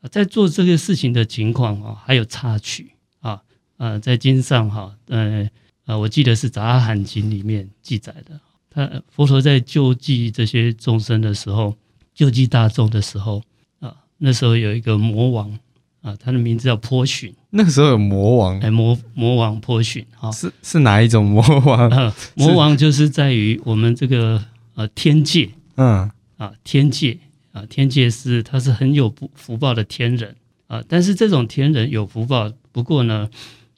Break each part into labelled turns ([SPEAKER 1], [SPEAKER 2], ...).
[SPEAKER 1] 呃在做这个事情的情况哦，还有插曲啊，呃，在经上哈，呃呃，我记得是《杂罕经》里面记载的，他佛陀在救济这些众生的时候，救济大众的时候啊，那时候有一个魔王啊，他的名字叫波旬，
[SPEAKER 2] 那个时候有魔王，
[SPEAKER 1] 哎，魔魔王波旬哈，
[SPEAKER 2] 是是哪一种魔王？
[SPEAKER 1] 呃，魔王就是在于我们这个呃天界
[SPEAKER 2] 嗯，
[SPEAKER 1] 啊，天界啊，天界是他是很有福福报的天人啊，但是这种天人有福报，不过呢，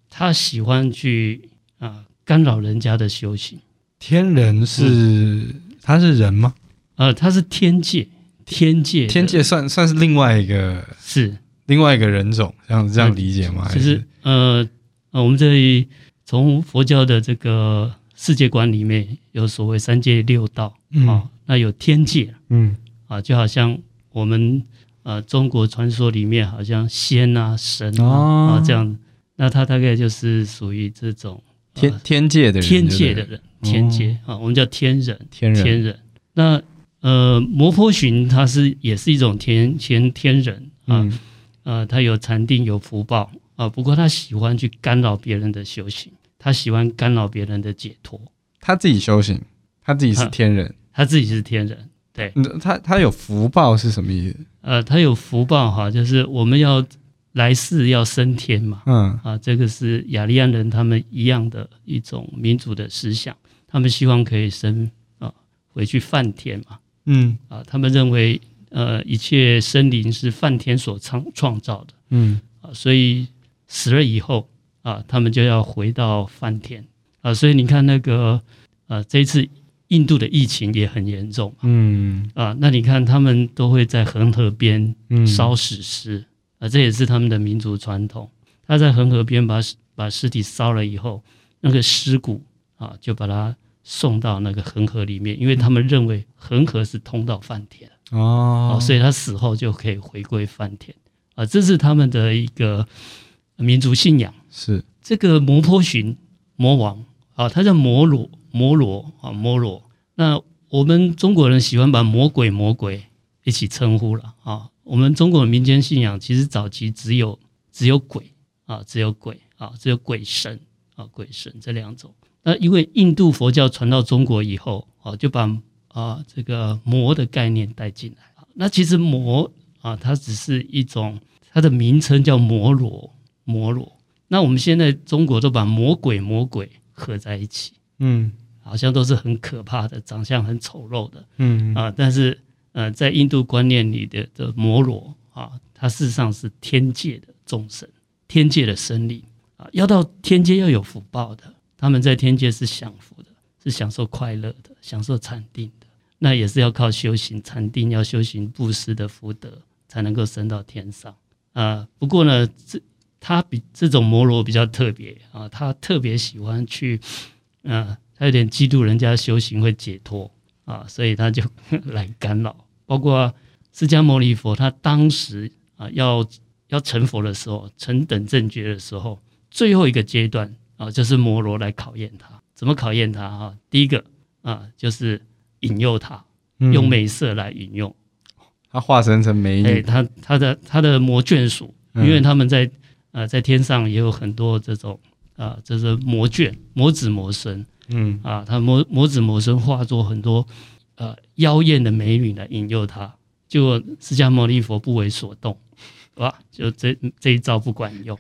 [SPEAKER 1] 他喜欢去啊干扰人家的修行，
[SPEAKER 3] 天人是
[SPEAKER 1] 嗯
[SPEAKER 3] 他是人吗？
[SPEAKER 1] 呃，他是天界，天界的，
[SPEAKER 2] 天界算算是另外一个
[SPEAKER 1] 是，
[SPEAKER 2] 另外一个人种，这样这样理解
[SPEAKER 1] 就
[SPEAKER 2] 吗？还
[SPEAKER 1] 是
[SPEAKER 2] 是
[SPEAKER 1] 呃呃，我们这里从佛教的这个世界观里面有所谓三界六道啊、
[SPEAKER 2] 哦
[SPEAKER 3] 嗯
[SPEAKER 1] 那有天界
[SPEAKER 3] 嗯
[SPEAKER 1] 啊，就好像我们呃中国传说里面好像仙啊神啊、
[SPEAKER 3] 哦
[SPEAKER 1] 啊这样，那他大概就是属于这种、呃
[SPEAKER 2] 天天界的人，
[SPEAKER 1] 天
[SPEAKER 2] 对
[SPEAKER 1] 界
[SPEAKER 2] 不对
[SPEAKER 1] 的人，天界、啊，我们叫天人，
[SPEAKER 2] 哦天人
[SPEAKER 1] 天人。那呃摩婆旬他是也是一种天天天人啊、
[SPEAKER 2] 嗯
[SPEAKER 1] 呃他有禅定有福报啊、不过他喜欢去干扰别人的修行，他喜欢干扰别人的解脱，
[SPEAKER 2] 他自己修行，他自己
[SPEAKER 1] 嗯
[SPEAKER 2] 是天人，
[SPEAKER 1] 他自己是天人。对，
[SPEAKER 2] 嗯他他有福报是什么意思？
[SPEAKER 1] 呃，他有福报哈，就是我们要来世要升天嘛，
[SPEAKER 2] 嗯
[SPEAKER 1] 啊，这个是雅利安人他们一样的一种民主的思想，他们希望可以升啊回去梵天嘛，
[SPEAKER 3] 嗯
[SPEAKER 1] 啊，他们认为呃一切生灵是梵天所创创造的
[SPEAKER 3] 嗯，
[SPEAKER 1] 啊，所以死了以后啊，他们就要回到梵天啊，所以你看那个呃这一次印度的疫情也很严重
[SPEAKER 3] 嗯
[SPEAKER 1] 啊，那你看他们都会在恒河边
[SPEAKER 3] 嗯，
[SPEAKER 1] 烧死尸啊、这也是他们的民族传统。他在恒河边把把尸体烧了以后，那个尸骨啊，就把它送到那个恒河里面，因为他们认为恒河是通到梵天
[SPEAKER 3] 哦
[SPEAKER 1] 哦，，所以他死后就可以回归梵天啊、这是他们的一个民族信仰。
[SPEAKER 2] 是
[SPEAKER 1] 这个摩婆旬魔王啊，他叫摩罗摩罗啊摩罗。那我们中国人喜欢把魔鬼魔鬼一起称呼了啊。我们中国的民间信仰其实早期只有只有鬼啊，只有鬼啊，只有鬼神啊，鬼神这两种。那因为印度佛教传到中国以后啊，就把啊这个魔的概念带进来。啊那其实魔啊，它只是一种，它的名称叫摩罗摩罗。那我们现在中国都把魔鬼魔鬼合在一起，
[SPEAKER 3] 嗯
[SPEAKER 1] 好像都是很可怕的，长相很丑陋的
[SPEAKER 3] 嗯
[SPEAKER 1] 啊、但是呃，在印度观念里的的摩罗啊，它事实上是天界的众生，天界的生灵啊，要到天界要有福报的，他们在天界是享福的，是享受快乐的，享受禅定的，那也是要靠修行禅定，要修行布施的福德，才能够升到天上啊、不过呢，这他比这种摩罗比较特别啊，他特别喜欢去，呃，他有点嫉妒人家修行会解脱啊，所以他就 来干扰。包括释迦牟尼佛，他当时啊要要成佛的时候，成等正觉的时候，最后一个阶段啊，就是摩罗来考验他。怎么考验他啊？第一个啊，就是引诱他，
[SPEAKER 3] 嗯，
[SPEAKER 1] 用美色来引诱。
[SPEAKER 2] 他化身成美
[SPEAKER 1] 哎、
[SPEAKER 2] 女，
[SPEAKER 1] 他他的他的魔眷属，因为他们在、呃在天上也有很多这种啊、这是魔眷、魔子、魔孙
[SPEAKER 3] 嗯
[SPEAKER 1] 啊，他魔魔子、魔孙化作很多呃妖艳的美女来引诱他，结果释迦牟尼佛不为所动，哇，就这这一招不管用。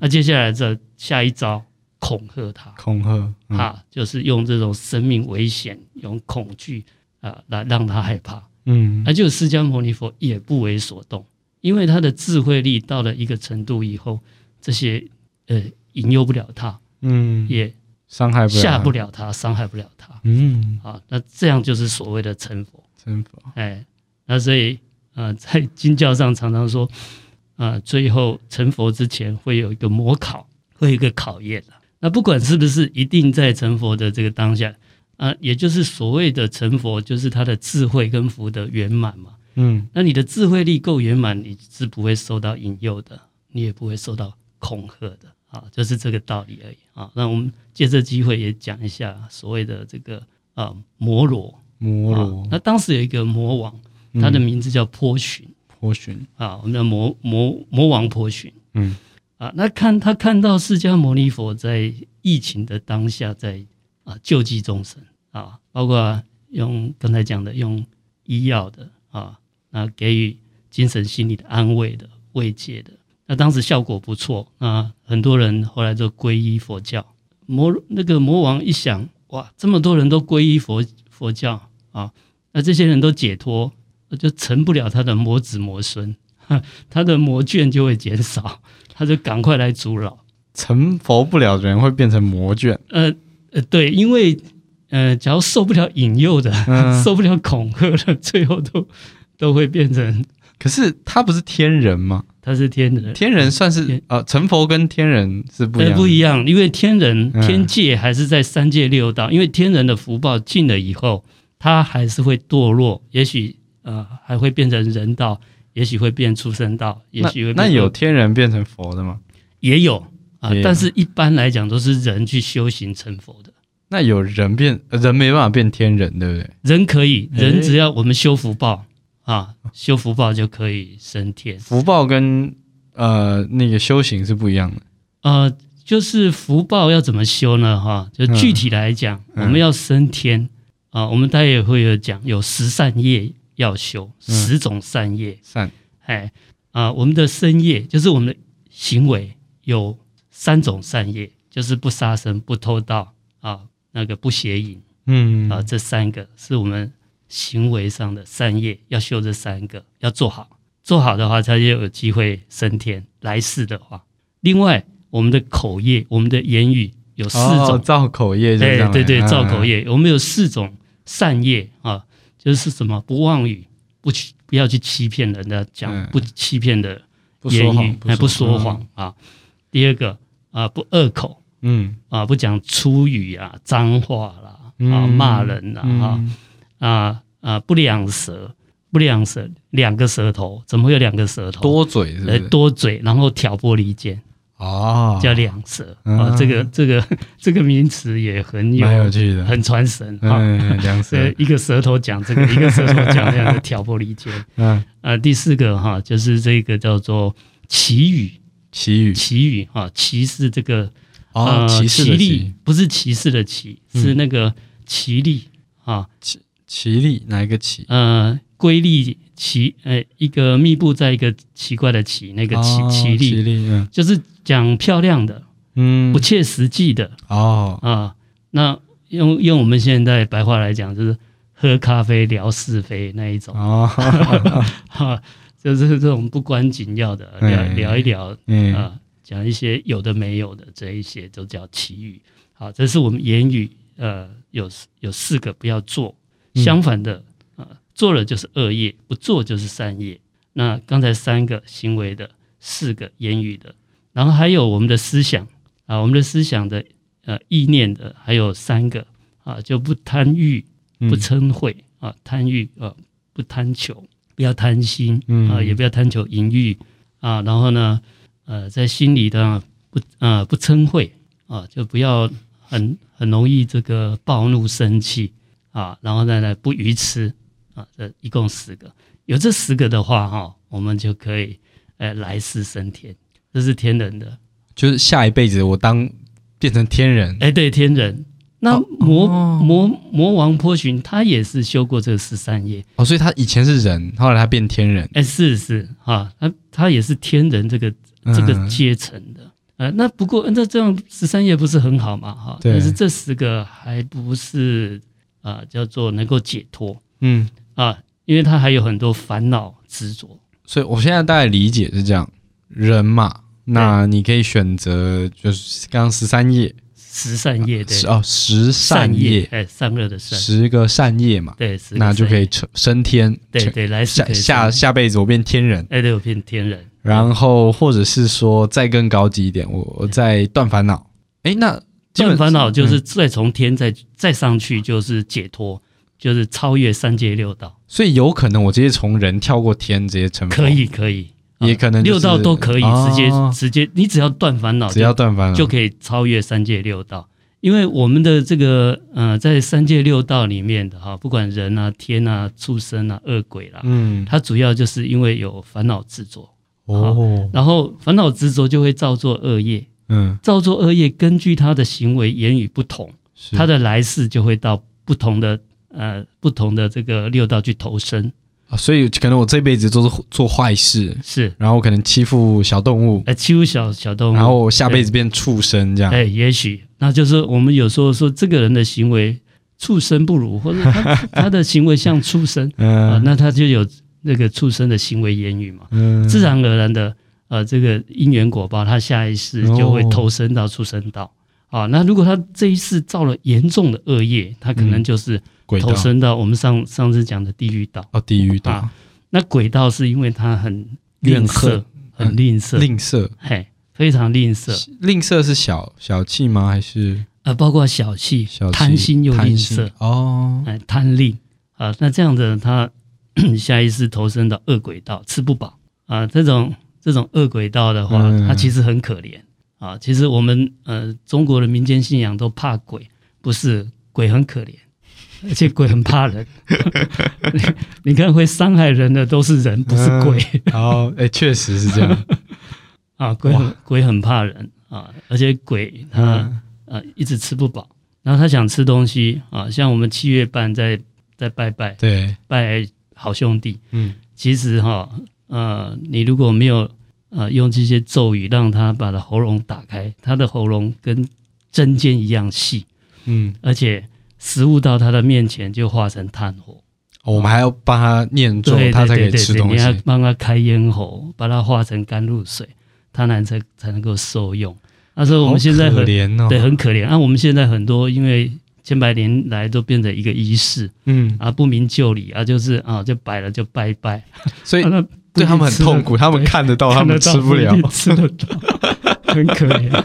[SPEAKER 1] 那接下来这下一招恐吓他，
[SPEAKER 2] 恐吓，嗯
[SPEAKER 1] 啊，就是用这种生命危险、用恐惧啊、来让他害怕。
[SPEAKER 3] 嗯
[SPEAKER 1] 而就释迦牟尼佛也不为所动，因为他的智慧力到了一个程度以后，这些呃引诱不了他，
[SPEAKER 3] 嗯
[SPEAKER 1] 也
[SPEAKER 2] 伤害不了他，
[SPEAKER 1] 吓不了他，伤害不了他
[SPEAKER 3] 嗯，
[SPEAKER 1] 啊。那这样就是所谓的成佛。
[SPEAKER 2] 真佛，
[SPEAKER 1] 哎，那所以呃，在经教上常常说，啊、最后成佛之前会有一个模考，会有一个考验的。那不管是不是一定在成佛的这个当下，啊、也就是所谓的成佛，就是他的智慧跟福德圆满嘛。
[SPEAKER 3] 嗯
[SPEAKER 1] 那你的智慧力够圆满，你是不会受到引诱的，你也不会受到恐吓的啊，就是这个道理而已啊。那我们借这机会也讲一下所谓的这个啊、摩罗
[SPEAKER 2] 摩
[SPEAKER 1] 啊
[SPEAKER 2] 罗，
[SPEAKER 1] 那当时有一个魔王，他的名字叫波旬
[SPEAKER 2] 波旬，
[SPEAKER 1] 啊，我们的魔魔魔王婆寻
[SPEAKER 2] 嗯
[SPEAKER 1] 啊，那看他看到释迦牟尼佛在疫情的当下在啊救济众生啊，包括、用刚才讲的用医药的啊，那给予精神心理的安慰的慰藉的，那当时效果不错啊，很多人后来就皈依佛教。魔那个魔王一想，哇，这么多人都皈依佛佛教啊，那这些人都解脱，就成不了他的魔子魔孙，他的魔卷就会减少， 他就赶快来阻扰。
[SPEAKER 2] 成佛不了的人会变成魔卷，
[SPEAKER 1] 呃呃，对，因为呃，假如受不了引诱的，
[SPEAKER 2] 嗯
[SPEAKER 1] 受不了恐吓的，最后都 都会变成
[SPEAKER 2] 可是他不是天人吗？
[SPEAKER 1] 他是天人。
[SPEAKER 2] 天人算是
[SPEAKER 1] 天
[SPEAKER 2] 呃，成佛跟天人是不一
[SPEAKER 1] 呃
[SPEAKER 2] 样的，
[SPEAKER 1] 不一样，因为天人
[SPEAKER 2] 嗯
[SPEAKER 1] 天界还是在三界六道，因为天人的福报尽了以后，他还是会堕落，也许呃还会变成人道，也许会变畜生道，也
[SPEAKER 2] 那
[SPEAKER 1] 许会变
[SPEAKER 2] 那有天人变成佛的吗？
[SPEAKER 1] 也有啊、
[SPEAKER 2] 也有
[SPEAKER 1] 但是一般来讲都是人去修行成佛的。
[SPEAKER 2] 那有人变呃人没办法变天人，对不对？
[SPEAKER 1] 人可以，
[SPEAKER 2] 诶
[SPEAKER 1] 人只要我们修福报啊，修福报就可以升天。
[SPEAKER 2] 福报跟呃那个修行是不一样的。
[SPEAKER 1] 呃，就是福报要怎么修呢？哈、就
[SPEAKER 2] 嗯
[SPEAKER 1] 具体来讲，
[SPEAKER 2] 嗯
[SPEAKER 1] 我们要升天啊、我们大家也会有讲，有十善业要修，
[SPEAKER 2] 嗯
[SPEAKER 1] 十种善业，
[SPEAKER 2] 善
[SPEAKER 1] 哎啊、我们的身业就是我们的行为有三种善业，就是不杀生、不偷盗啊，那个不邪淫。
[SPEAKER 2] 嗯
[SPEAKER 1] 啊，这三个是我们行为上的善业，要修这三个，要做好。做好的话，才有机会升天。来世的话，另外我们的口业，我们的言语有四
[SPEAKER 2] 哦
[SPEAKER 1] 种，
[SPEAKER 2] 造口业就这
[SPEAKER 1] 哎
[SPEAKER 2] 样，
[SPEAKER 1] 对对，
[SPEAKER 2] 嗯
[SPEAKER 1] 造口业，我们有四种善业啊，就是什么不妄语，不去不要去欺骗人的，
[SPEAKER 2] 嗯
[SPEAKER 1] 讲不欺骗的
[SPEAKER 2] 不说嗯
[SPEAKER 1] 言语
[SPEAKER 2] 谎，，
[SPEAKER 1] 哎，不说，谎啊。第二个啊，不恶口，
[SPEAKER 2] 嗯
[SPEAKER 1] 啊，不讲粗语啊、脏话啦、啊、
[SPEAKER 2] 嗯
[SPEAKER 1] 骂人啦、
[SPEAKER 2] 嗯
[SPEAKER 1] 啊、啊啊不两舌，不两舌，两个舌头，怎么会有两个舌头？
[SPEAKER 2] 多嘴是不
[SPEAKER 1] 呃
[SPEAKER 2] 是？
[SPEAKER 1] 多嘴，然后挑拨离间，
[SPEAKER 2] 哦，
[SPEAKER 1] 叫两舌
[SPEAKER 2] 啊
[SPEAKER 1] 啊。这个这个这个名词也很有
[SPEAKER 2] 蛮有趣的，
[SPEAKER 1] 很传神啊。
[SPEAKER 2] 嗯，两舌，
[SPEAKER 1] 这一个舌头讲这个，一个舌头讲那个，挑拨离间。
[SPEAKER 2] 嗯，
[SPEAKER 1] 啊，第四个哈、就是这个叫做祈语，
[SPEAKER 2] 祈雨
[SPEAKER 1] 祈语哈，祈是这个
[SPEAKER 2] 哦，
[SPEAKER 1] 呃
[SPEAKER 2] 骑士
[SPEAKER 1] 奇
[SPEAKER 2] 的
[SPEAKER 1] 力
[SPEAKER 2] 骑，
[SPEAKER 1] 不是骑士的骑，
[SPEAKER 2] 嗯
[SPEAKER 1] 是那个奇力啊，
[SPEAKER 2] 奇力哪一个奇？
[SPEAKER 1] 呃，瑰丽奇，呃，一个密布在一个奇怪的奇，那个奇
[SPEAKER 2] 哦
[SPEAKER 1] 奇
[SPEAKER 2] 奇
[SPEAKER 1] 力，
[SPEAKER 2] 力，嗯
[SPEAKER 1] 就是讲漂亮的、
[SPEAKER 2] 嗯
[SPEAKER 1] 不，切实际的
[SPEAKER 2] 哦，
[SPEAKER 1] 啊。那用用我们现在白话来讲，就是喝咖啡聊是非那一种
[SPEAKER 2] 哦，
[SPEAKER 1] 哈、就是这种不关紧要的聊
[SPEAKER 2] 哎
[SPEAKER 1] 聊一聊
[SPEAKER 2] 嗯，
[SPEAKER 1] 啊，讲一些有的没有的这一些都叫奇语。好，这是我们言语呃有有四个不要做，
[SPEAKER 2] 嗯
[SPEAKER 1] 相反的啊、呃做了就是恶业，不做就是善业。那刚才三个行为的，四个言语的，然后还有我们的思想啊，我们的思想的呃意念的，还有三个啊，就不贪欲、
[SPEAKER 2] 嗯
[SPEAKER 1] 不嗔恚啊，贪欲啊，不贪求，不要贪心
[SPEAKER 2] 嗯
[SPEAKER 1] 啊，也不要贪求淫欲啊。然后呢，呃，在心里的不呃不嗔恚啊，就不要很很容易这个暴怒生气啊。然后再来不愚痴啊，这一共十个。有这十个的话哈、我们就可以呃来世升天，这是天人的。
[SPEAKER 2] 就是下一辈子我当变成天人，
[SPEAKER 1] 哎，对，天人。那魔、
[SPEAKER 2] 哦
[SPEAKER 1] 魔魔王波旬，他也是修过这十三业，
[SPEAKER 2] 哦，所以他以前是人，后来他变天人，
[SPEAKER 1] 哎，是是哈，他他也是天人这个这个
[SPEAKER 2] 嗯
[SPEAKER 1] 阶层的。呃，那不过那这样十三页不是很好嘛哈？
[SPEAKER 2] 对
[SPEAKER 1] 但是这十个还不是啊、叫做能够解脱
[SPEAKER 2] 嗯，
[SPEAKER 1] 啊，因为他还有很多烦恼执着。
[SPEAKER 2] 所以我现在大概理解是这样，人嘛，那你可以选择就是刚刚十三页，
[SPEAKER 1] 十善业对
[SPEAKER 2] 十，哦十善
[SPEAKER 1] 业
[SPEAKER 2] 业，
[SPEAKER 1] 哎，善恶的善，
[SPEAKER 2] 十个善业嘛，
[SPEAKER 1] 对，十个
[SPEAKER 2] 那就
[SPEAKER 1] 善
[SPEAKER 2] 可以
[SPEAKER 1] 业
[SPEAKER 2] 成升天，
[SPEAKER 1] 对
[SPEAKER 2] 成
[SPEAKER 1] 对来世
[SPEAKER 2] 下
[SPEAKER 1] 可以
[SPEAKER 2] 下
[SPEAKER 1] 升
[SPEAKER 2] 下辈子我变天人，
[SPEAKER 1] 哎，对，我变天人，
[SPEAKER 2] 然后或者是说再更高级一点，我我再断烦恼，哎，那基
[SPEAKER 1] 嗯断
[SPEAKER 2] 本嗯
[SPEAKER 1] 烦恼就是再从天再再上去就是解脱，就是超越三界六道，
[SPEAKER 2] 所以有可能我直接从人跳过天，直接成佛
[SPEAKER 1] 可，以可以，啊
[SPEAKER 2] 也可能就是
[SPEAKER 1] 六道都可以，
[SPEAKER 2] 哦
[SPEAKER 1] 直接直接，你只要断烦恼
[SPEAKER 2] 只
[SPEAKER 1] 就
[SPEAKER 2] 要断烦恼
[SPEAKER 1] 就可以超越三界六道，因为我们的这个呃，在三界六道里面的哈，不管人啊、天啊、畜生啊、恶鬼啦、
[SPEAKER 2] 嗯，
[SPEAKER 1] 它主要就是因为有烦恼执着，
[SPEAKER 2] 哦，
[SPEAKER 1] 然后烦恼执着就会造作恶业，
[SPEAKER 2] 嗯，
[SPEAKER 1] 造作恶业根据他的行为言语不同，
[SPEAKER 2] 是
[SPEAKER 1] 他的来世就会到不同的呃不同的这个六道去投生，
[SPEAKER 2] 啊所以可能我这辈子都是做坏事，
[SPEAKER 1] 是
[SPEAKER 2] 然后我可能欺负小动物，
[SPEAKER 1] 呃欺负小小动物，
[SPEAKER 2] 然后下辈子变畜生这样。
[SPEAKER 1] 哎，也许那就是我们有时候说这个人的行为畜生不如，或者 他他的行为像畜生啊、
[SPEAKER 2] 嗯
[SPEAKER 1] 那他就有那个畜生的行为言语嘛，
[SPEAKER 2] 嗯，
[SPEAKER 1] 自然而然的呃，这个因缘果报，他下一世就会
[SPEAKER 2] 哦
[SPEAKER 1] 投身到畜生道。啊，那如果他这一世造了严重的恶业，他可能
[SPEAKER 2] 嗯
[SPEAKER 1] 就是
[SPEAKER 2] 轨道
[SPEAKER 1] 投身到我们上上次讲的地狱道。
[SPEAKER 2] 哦，地狱道
[SPEAKER 1] 啊，那鬼道是因为他很
[SPEAKER 2] 怨
[SPEAKER 1] 吝啬
[SPEAKER 2] 恨，
[SPEAKER 1] 很吝啬，
[SPEAKER 2] 吝啬，
[SPEAKER 1] 嘿，非常吝啬。
[SPEAKER 2] 吝啬是小小气吗？还是
[SPEAKER 1] 呃，包括小气、
[SPEAKER 2] 小气
[SPEAKER 1] 贪心又吝
[SPEAKER 2] 贪心
[SPEAKER 1] 啬，
[SPEAKER 2] 哦，
[SPEAKER 1] 哎，贪吝啊，那这样的他 下意识投身到恶鬼道，吃不饱啊，这种这种恶鬼道的话，
[SPEAKER 2] 嗯
[SPEAKER 1] 他其实很可怜啊。其实我们呃中国的民间信仰都怕鬼，不是鬼很可怜。而且鬼很怕人， 你你看会伤害人的都是人，不是鬼、
[SPEAKER 2] 然后哎，确实是 这样。
[SPEAKER 1] 啊。鬼很鬼很怕人啊，而且鬼他、
[SPEAKER 2] 嗯，
[SPEAKER 1] 呃，一直吃不饱，然后他想吃东西啊，像我们七月半在在拜拜
[SPEAKER 2] 对，
[SPEAKER 1] 拜好兄弟，
[SPEAKER 2] 嗯，
[SPEAKER 1] 其实哈、呃，你如果没有呃用这些咒语让他把他喉咙打开，他的喉咙跟针尖一样细，
[SPEAKER 2] 嗯，
[SPEAKER 1] 而且食物到他的面前就化成炭火，
[SPEAKER 2] 哦我们还要帮他念咒，
[SPEAKER 1] 对
[SPEAKER 2] 他
[SPEAKER 1] 对
[SPEAKER 2] 才可以
[SPEAKER 1] 对
[SPEAKER 2] 吃
[SPEAKER 1] 对对，
[SPEAKER 2] 东
[SPEAKER 1] 你
[SPEAKER 2] 西
[SPEAKER 1] 要。帮他开咽喉，把它化成甘露水，他才才才能够受用。那时候我们现在
[SPEAKER 2] 好可
[SPEAKER 1] 很
[SPEAKER 2] 怜哦，
[SPEAKER 1] 对，很可怜。啊，我们现在很多因为千百年来都变成一个仪式
[SPEAKER 2] 嗯，
[SPEAKER 1] 啊，不明就里啊，就是啊，就摆了就拜一拜。
[SPEAKER 2] 所以
[SPEAKER 1] 啊那不一定
[SPEAKER 2] 对他们很
[SPEAKER 1] 吃得
[SPEAKER 2] 痛苦，他们
[SPEAKER 1] 对
[SPEAKER 2] 看得到，他们
[SPEAKER 1] 看得到
[SPEAKER 2] 吃不了
[SPEAKER 1] 一。定吃得到，很可怜。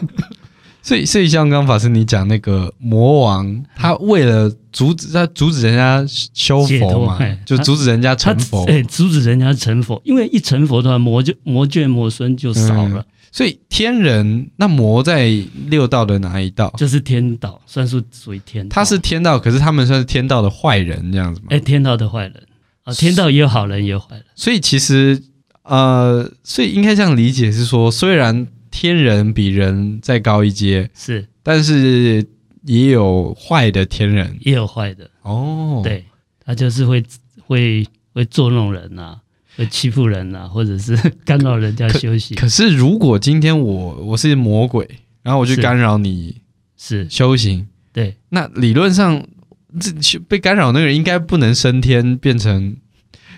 [SPEAKER 2] 所以，所以像刚法师你讲那个魔王，他为了阻止他阻止人家修
[SPEAKER 1] 解
[SPEAKER 2] 佛
[SPEAKER 1] 脱
[SPEAKER 2] 嘛
[SPEAKER 1] 嘿，
[SPEAKER 2] 就阻止人家
[SPEAKER 1] 他
[SPEAKER 2] 成佛。
[SPEAKER 1] 哎，阻止人家成佛，因为一成佛的话，魔就魔眷魔孙就少了，
[SPEAKER 2] 所以天人那魔在六道的哪一道？
[SPEAKER 1] 就是天道，算是属于天道。
[SPEAKER 2] 他是天道，可是他们算是天道的坏人这样子嘛。
[SPEAKER 1] 哎，天道的坏人啊，天道也有好人，也有坏人。
[SPEAKER 2] 所以其实呃，所以应该这样理解是说，虽然天人比人再高一阶，
[SPEAKER 1] 是
[SPEAKER 2] 但是也有坏的天人
[SPEAKER 1] 也有坏的，
[SPEAKER 2] 哦。，
[SPEAKER 1] 对他就是会会会捉弄人呐、会欺负人呐、或者是 干扰人家休息。
[SPEAKER 2] 可是如果今天我我是魔鬼，然后我去
[SPEAKER 1] 是
[SPEAKER 2] 干扰你
[SPEAKER 1] 是
[SPEAKER 2] 修行，
[SPEAKER 1] 对，
[SPEAKER 2] 那理论上这被干扰那个人应该不能升天变成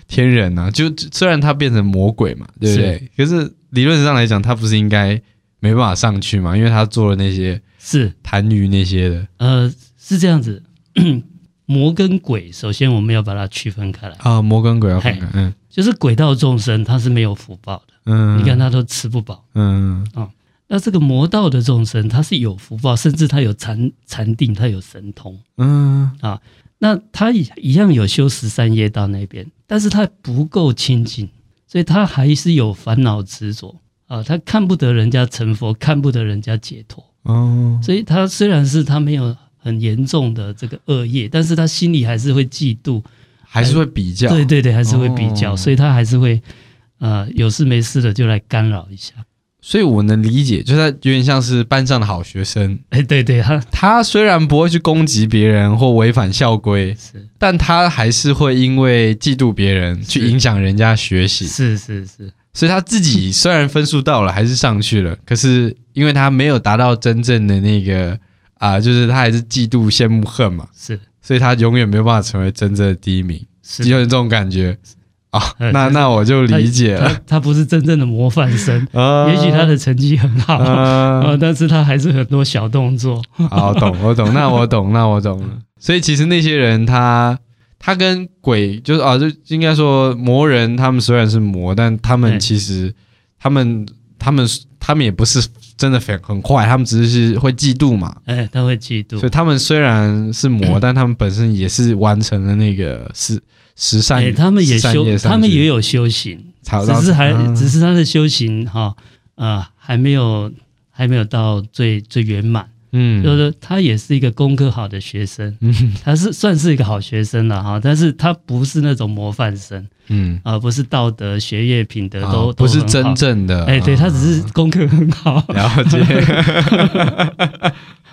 [SPEAKER 2] 天人啊，就虽然他变成魔鬼嘛，对不对？可是理论上来讲，他不是应该没办法上去嘛，因为他做了那些
[SPEAKER 1] 是
[SPEAKER 2] 痰盂那些的
[SPEAKER 1] 呃是这样子。 魔跟鬼，首先我们要把它区分开来。
[SPEAKER 2] 啊，魔跟鬼要分开，嗯
[SPEAKER 1] 就是鬼道众生，他是没有福报的，
[SPEAKER 2] 嗯，
[SPEAKER 1] 你看，他都吃不饱。
[SPEAKER 2] 嗯
[SPEAKER 1] 那这个魔道的众生，他是有福报，甚至他有禅禅定，他有神通。
[SPEAKER 2] 嗯，
[SPEAKER 1] 那他一一样有修十三业到那边，但是他不够清净，所以他还是有烦恼执着啊，他看不得人家成佛，看不得人家解脱，
[SPEAKER 2] 哦，
[SPEAKER 1] 所以他虽然是他没有很严重的这个恶业，但是他心里还是会嫉妒，
[SPEAKER 2] 还是会比较，
[SPEAKER 1] 对对对，还是会比较，
[SPEAKER 2] 哦
[SPEAKER 1] 所以他还是会呃有事没事的就来干扰一下，
[SPEAKER 2] 所以我能理解，就是他有点像是班上的好学生，
[SPEAKER 1] 哎，对对，他
[SPEAKER 2] 他虽然不会去攻击别人或违反校规，
[SPEAKER 1] 是
[SPEAKER 2] 但他还是会因为嫉妒别人去影响人家学习，
[SPEAKER 1] 是是是，
[SPEAKER 2] 所以他自己虽然分数到了，还是上去了，可是因为他没有达到真正的那个啊、就是他还是嫉妒、羡慕、恨嘛，
[SPEAKER 1] 是
[SPEAKER 2] 所以他永远没有办法成为真正的第一名，
[SPEAKER 1] 是
[SPEAKER 2] 有点这种感觉啊、
[SPEAKER 1] 嗯
[SPEAKER 2] 那
[SPEAKER 1] 就是
[SPEAKER 2] 那我就
[SPEAKER 1] 他
[SPEAKER 2] 理解了，
[SPEAKER 1] 他他不是真正的模范生，
[SPEAKER 2] 啊
[SPEAKER 1] 也许他的成绩很好。
[SPEAKER 2] 啊
[SPEAKER 1] 呃，但是他还是很多小动作，
[SPEAKER 2] 好，懂，我懂，那我懂，那我懂了。所以其实那些人他，他跟鬼就是啊，就应该说魔人，他们虽然是魔，但他们
[SPEAKER 1] 对
[SPEAKER 2] 其实他们他们他们也不是真的很很坏，他们只是会嫉妒嘛。
[SPEAKER 1] 哎，他会嫉
[SPEAKER 2] 所
[SPEAKER 1] 妒，
[SPEAKER 2] 以他们虽然 是魔，但他们本身也是完成了那个十十善
[SPEAKER 1] 哎，
[SPEAKER 2] 业，
[SPEAKER 1] 他们也
[SPEAKER 2] 十善业
[SPEAKER 1] 修，
[SPEAKER 2] 上
[SPEAKER 1] 他们
[SPEAKER 2] 去
[SPEAKER 1] 也有修行，
[SPEAKER 2] 查到
[SPEAKER 1] 只是还
[SPEAKER 2] 啊
[SPEAKER 1] 只啊是他的修行哈，呃，还没有还没有到最最圆满，
[SPEAKER 2] 嗯，
[SPEAKER 1] 就是说他也是一个功课好的学生，
[SPEAKER 2] 嗯
[SPEAKER 1] 他是算是一个好学生了哈，但是他不是那种模范生
[SPEAKER 2] 嗯，
[SPEAKER 1] 啊、不是道德、学业、品德都、
[SPEAKER 2] 啊
[SPEAKER 1] 都
[SPEAKER 2] 不是
[SPEAKER 1] 很好
[SPEAKER 2] 真正的，
[SPEAKER 1] 哎、对
[SPEAKER 2] 啊
[SPEAKER 1] 他只是功课很好，
[SPEAKER 2] 了解。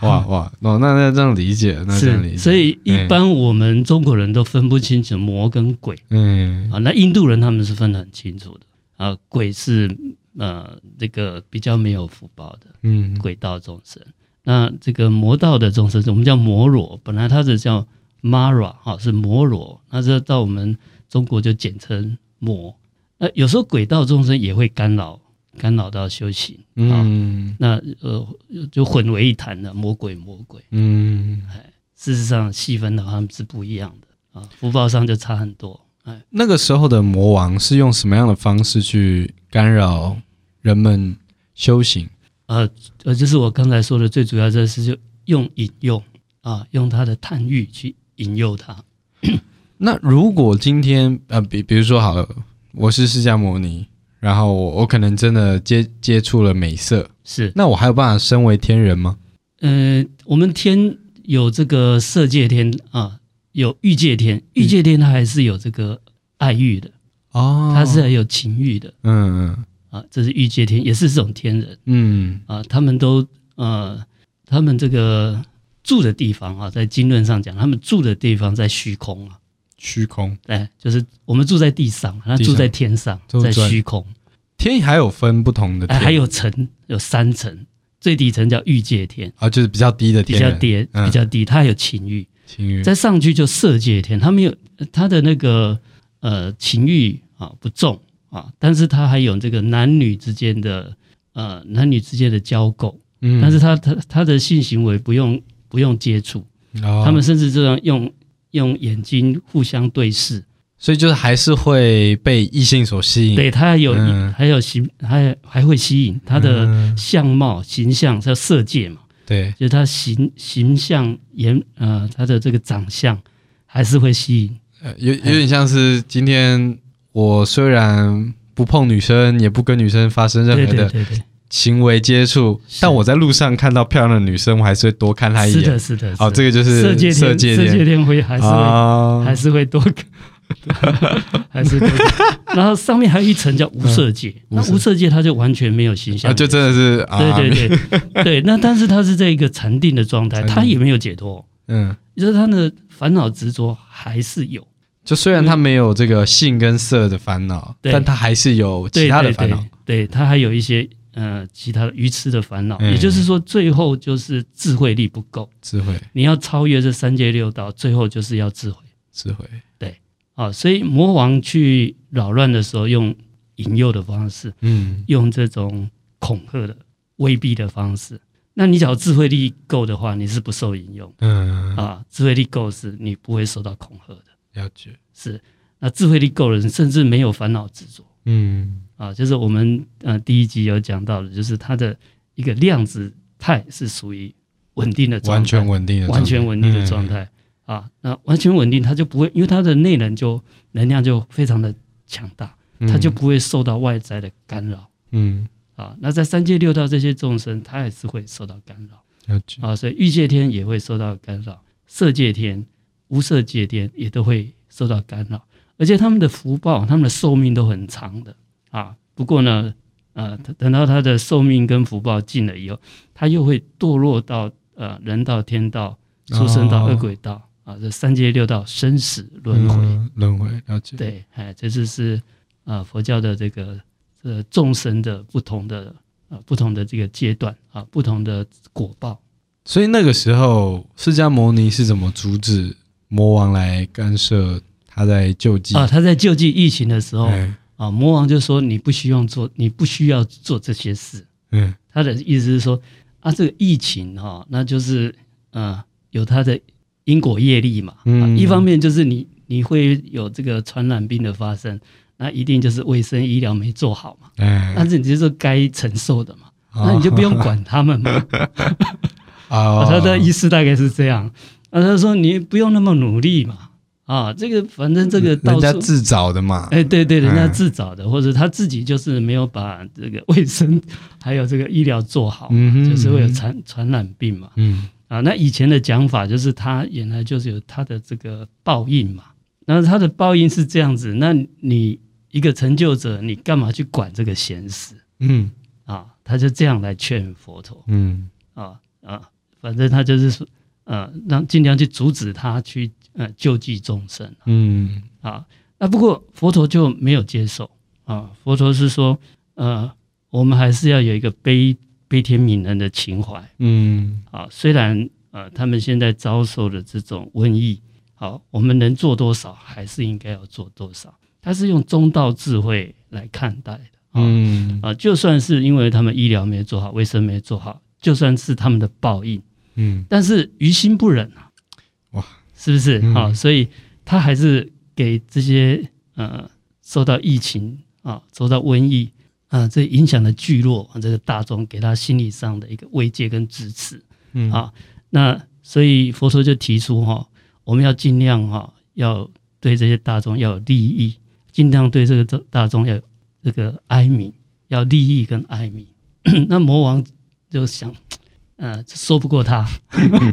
[SPEAKER 2] 哇哇，哦，那那这样理解，那这样理
[SPEAKER 1] 是，
[SPEAKER 2] 解，
[SPEAKER 1] 所以一
[SPEAKER 2] 嗯
[SPEAKER 1] 般我们中国人都分不清楚魔跟鬼
[SPEAKER 2] 嗯
[SPEAKER 1] 啊，那印度人他们是分得很清楚的啊，鬼是呃这个比较没有福报的，
[SPEAKER 2] 嗯
[SPEAKER 1] 鬼道众生。那这个魔道的众生，我们叫摩罗，本来它是叫 Mara 哈、是摩罗，那这到我们中国就简称魔。那有时候鬼道众生也会干扰，干扰到修行，
[SPEAKER 2] 嗯
[SPEAKER 1] 那呃就混为一谈了，魔鬼魔鬼。
[SPEAKER 2] 嗯，
[SPEAKER 1] 事实上细分的话，他们是不一样的啊，福报上就差很多。哎，
[SPEAKER 2] 那个时候的魔王是用什么样的方式去干扰人们修行？
[SPEAKER 1] 呃呃，就是我刚才说的最主要，就是就用引诱啊，用他的贪欲去引诱他。
[SPEAKER 2] 那如果今天呃，比比如说好了，我是释迦牟尼，然后我我可能真的接接触了美色，
[SPEAKER 1] 是，
[SPEAKER 2] 那我还有办法身为天人吗？
[SPEAKER 1] 呃，我们天有这个色界天啊，有欲界天，欲界天它还是有这个爱欲的，
[SPEAKER 2] 哦
[SPEAKER 1] 它是还有情欲的
[SPEAKER 2] 嗯嗯
[SPEAKER 1] 啊，这是欲界天，也是这种天人
[SPEAKER 2] 嗯
[SPEAKER 1] 啊，他们都呃，他们这个住的地方啊，在经论上讲，他们住的地方在虚空啊，
[SPEAKER 2] 虚空
[SPEAKER 1] 哎，就是我们住在地上，他
[SPEAKER 2] 地上
[SPEAKER 1] 住在天上，
[SPEAKER 2] 都
[SPEAKER 1] 在
[SPEAKER 2] 在
[SPEAKER 1] 虚空，
[SPEAKER 2] 天还有分不同的
[SPEAKER 1] 哎，
[SPEAKER 2] 天，
[SPEAKER 1] 还有层，有三层，最底层叫欲界天，
[SPEAKER 2] 啊，就是比较低的
[SPEAKER 1] 比
[SPEAKER 2] 天
[SPEAKER 1] 较
[SPEAKER 2] 人，
[SPEAKER 1] 低，
[SPEAKER 2] 嗯
[SPEAKER 1] 比较低，它还有情欲。
[SPEAKER 2] 情欲
[SPEAKER 1] 再上去就色界天，他没有他的那个呃情欲啊不重啊，但是他还有这个男女之间的呃男女之间的交媾，
[SPEAKER 2] 嗯
[SPEAKER 1] 但是他他他的性行为不用不用接触，
[SPEAKER 2] 哦
[SPEAKER 1] 他们甚至这样用用眼睛互相对视，
[SPEAKER 2] 所以就是还是会被异性所吸引，
[SPEAKER 1] 对他还有、
[SPEAKER 2] 嗯
[SPEAKER 1] 还有吸还还会吸引他的
[SPEAKER 2] 嗯
[SPEAKER 1] 相貌形象叫色界嘛，
[SPEAKER 2] 对，
[SPEAKER 1] 就是他形形象颜呃他的这个长相还是会吸引。
[SPEAKER 2] 呃有
[SPEAKER 1] 哎
[SPEAKER 2] 有点像是今天我虽然不碰女生，也不跟女生发生任
[SPEAKER 1] 对
[SPEAKER 2] 何
[SPEAKER 1] 对
[SPEAKER 2] 的
[SPEAKER 1] 对对，
[SPEAKER 2] 行为接触，
[SPEAKER 1] 是
[SPEAKER 2] 但我在路上看到漂亮的女生，我还是会多看她一
[SPEAKER 1] 是的，
[SPEAKER 2] 眼。
[SPEAKER 1] 是的。是
[SPEAKER 2] 哦，
[SPEAKER 1] 的
[SPEAKER 2] 这个就是
[SPEAKER 1] 色界天，
[SPEAKER 2] 色界
[SPEAKER 1] 色界
[SPEAKER 2] 天
[SPEAKER 1] 天会还是会、
[SPEAKER 2] 啊
[SPEAKER 1] 还是会多个， 还是多个。然后上面还有一层叫无色界，那无色界它就完全没有形象
[SPEAKER 2] 嗯啊，
[SPEAKER 1] 了，
[SPEAKER 2] 就真的是啊，
[SPEAKER 1] 对对对对。那但是它是在一个禅定的状态，
[SPEAKER 2] 禅定
[SPEAKER 1] 它也没有解脱，
[SPEAKER 2] 嗯，
[SPEAKER 1] 就是它的烦恼执着还是有。
[SPEAKER 2] 就虽然他没有这个性跟色的烦恼，
[SPEAKER 1] 嗯对
[SPEAKER 2] 但他还是有
[SPEAKER 1] 对
[SPEAKER 2] 其他的
[SPEAKER 1] 对
[SPEAKER 2] 烦恼。
[SPEAKER 1] 对，对它还有一些呃其他的愚痴的烦恼，
[SPEAKER 2] 嗯
[SPEAKER 1] 也就是说，最后就是智慧力不够。
[SPEAKER 2] 智慧，
[SPEAKER 1] 你要超越这三界六道，最后就是要智慧。
[SPEAKER 2] 智慧，
[SPEAKER 1] 啊，所以魔王去扰乱的时候，用引诱的方式，
[SPEAKER 2] 嗯
[SPEAKER 1] 用这种恐吓的、威逼的方式。那你只要智慧力够的话，你是不受引诱
[SPEAKER 2] 嗯，
[SPEAKER 1] 啊。智慧力够是你不会受到恐吓的，
[SPEAKER 2] 了解，
[SPEAKER 1] 是。那智慧力够的人，甚至没有烦恼执着
[SPEAKER 2] 嗯
[SPEAKER 1] 啊。就是我们呃第一集有讲到的，就是它的一个量子态是属于稳定的状
[SPEAKER 2] 完
[SPEAKER 1] 态，
[SPEAKER 2] 全稳定的状态，
[SPEAKER 1] 完全稳定的状态、啊。那完全稳定，它就不会，因为它的内能就能量就非常的强大，
[SPEAKER 2] 嗯，
[SPEAKER 1] 它就不会受到外在的干扰
[SPEAKER 2] 嗯
[SPEAKER 1] 啊。那在三界六道这些众生，它也是会受到干扰
[SPEAKER 2] 了解，
[SPEAKER 1] 啊，所以欲界天也会受到干扰，色界天、无色界天也都会受到干扰，而且他们的福报、他们的寿命都很长的啊。不过呢，呃，等等到他的寿命跟福报尽了以后，他又会堕落到呃人道、天道、出生到
[SPEAKER 2] 哦
[SPEAKER 1] 恶鬼道、啊，这三界六道生死轮回。
[SPEAKER 2] 嗯轮回了解，
[SPEAKER 1] 对，哎，这就是啊佛教的这个呃众生的不同的啊不同的这个阶段啊不同的果报。
[SPEAKER 2] 所以那个时候，释迦牟尼是怎么阻止魔王来干涉他在救济？
[SPEAKER 1] 啊，他在救济疫情的时候
[SPEAKER 2] 哎
[SPEAKER 1] 啊，魔王就说你不需要做，你不需要做这些事。
[SPEAKER 2] 嗯
[SPEAKER 1] 他的意思是说啊，这个疫情哈、那就是呃有它的因果业力嘛。啊
[SPEAKER 2] 嗯
[SPEAKER 1] 一方面就是你你会有这个传染病的发生，那一定就是卫生医疗没做好嘛。
[SPEAKER 2] 哎，
[SPEAKER 1] 但是你就是该承受的嘛。
[SPEAKER 2] 哦
[SPEAKER 1] 那你就不用管他们嘛。啊
[SPEAKER 2] 啊，哦
[SPEAKER 1] 他的意思大概是这样。那他说你不用那么努力嘛，啊，这个反正这个到
[SPEAKER 2] 人家
[SPEAKER 1] 处
[SPEAKER 2] 自找的嘛。
[SPEAKER 1] 哎，对对，人家
[SPEAKER 2] 嗯
[SPEAKER 1] 自找的，或者他自己就是没有把这个卫生还有这个医疗做好嘛，
[SPEAKER 2] 嗯哼
[SPEAKER 1] 就是会有
[SPEAKER 2] 嗯哼
[SPEAKER 1] 传传染病嘛。
[SPEAKER 2] 嗯
[SPEAKER 1] 啊，那以前的讲法就是他原来就是有他的这个报应嘛，然后他的报应是这样子，那你一个成就者，你干嘛去管这个闲事
[SPEAKER 2] 嗯
[SPEAKER 1] 啊？他就这样来劝佛陀
[SPEAKER 2] 嗯
[SPEAKER 1] 啊啊，反正他就是说，呃，让尽量去阻止他去呃救济众生。
[SPEAKER 2] 嗯
[SPEAKER 1] 啊。那不过佛陀就没有接受啊，佛陀是说，呃，我们还是要有一个悲悲天悯人的情怀
[SPEAKER 2] 嗯
[SPEAKER 1] 啊。虽然呃，他们现在遭受的这种瘟疫，好、我们能做多少，还是应该要做多少。他是用中道智慧来看待的啊、
[SPEAKER 2] 嗯
[SPEAKER 1] 啊，就算是因为他们医疗没做好，卫生没做好，就算是他们的报应，
[SPEAKER 2] 嗯
[SPEAKER 1] 但是于心不忍啊，
[SPEAKER 2] 哇，
[SPEAKER 1] 是不是？
[SPEAKER 2] 嗯
[SPEAKER 1] 好、所以他还是给这些呃受到疫情啊、受到瘟疫啊、这影响的聚落、啊这个大众，给他心理上的一个慰藉跟支持
[SPEAKER 2] 嗯
[SPEAKER 1] 啊。那所以佛陀就提出哈、我们要尽量哈、要对这些大众要有利益，尽量对这个大大众要有这个哀悯，要利益跟哀悯。 那魔王就想，呃，说不过他，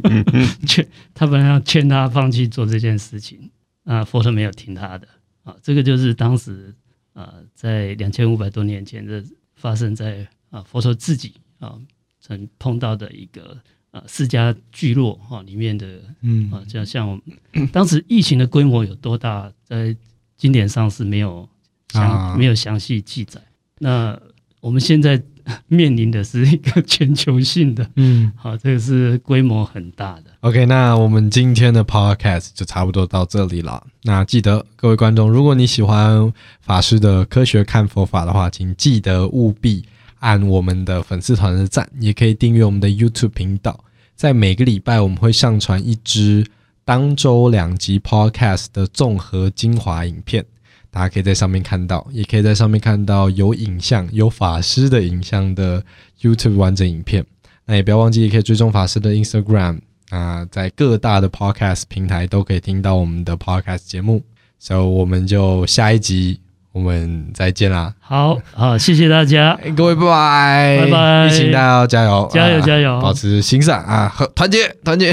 [SPEAKER 1] 劝他本来要劝他放弃做这件事情，啊、佛陀没有听他的啊，这个就是当时啊，在两千五百多年前的发生在啊、佛陀自己啊曾碰到的一个啊释迦聚落哈、里面的
[SPEAKER 2] 嗯
[SPEAKER 1] 啊，就像我们当时疫情的规模有多大，在经典上是没有详、
[SPEAKER 2] 啊
[SPEAKER 1] 没有详细记载。那我们现在面临的是一个全球性的，
[SPEAKER 2] 嗯。
[SPEAKER 1] 好、这个是规模很大的。
[SPEAKER 2] OK，那我们今天的 Podcast 就差不多到这里了。那记得各位观众，如果你喜欢法师的科学看佛法的话，请记得务必按我们的粉丝团的赞，也可以订阅我们的 YouTube 频道。在每个礼拜我们会上传一支当周两集 Podcast 的综合精华影片，大家可以在上面看到，也可以在上面看到有影像、有法师的影像的 YouTube 完整影片。那也不要忘记，也可以追踪法师的 Instagram。啊、在各大的 podcast 平台都可以听到我们的 podcast 节目，所、so, 以我们就下一集我们再见啦，
[SPEAKER 1] 好，好，谢谢大家，
[SPEAKER 2] 哎各位拜拜，
[SPEAKER 1] 拜拜
[SPEAKER 2] 疫情大家要加油，
[SPEAKER 1] 加油
[SPEAKER 2] 啊
[SPEAKER 1] 加油
[SPEAKER 2] 保持欣赏啊，和团结团结。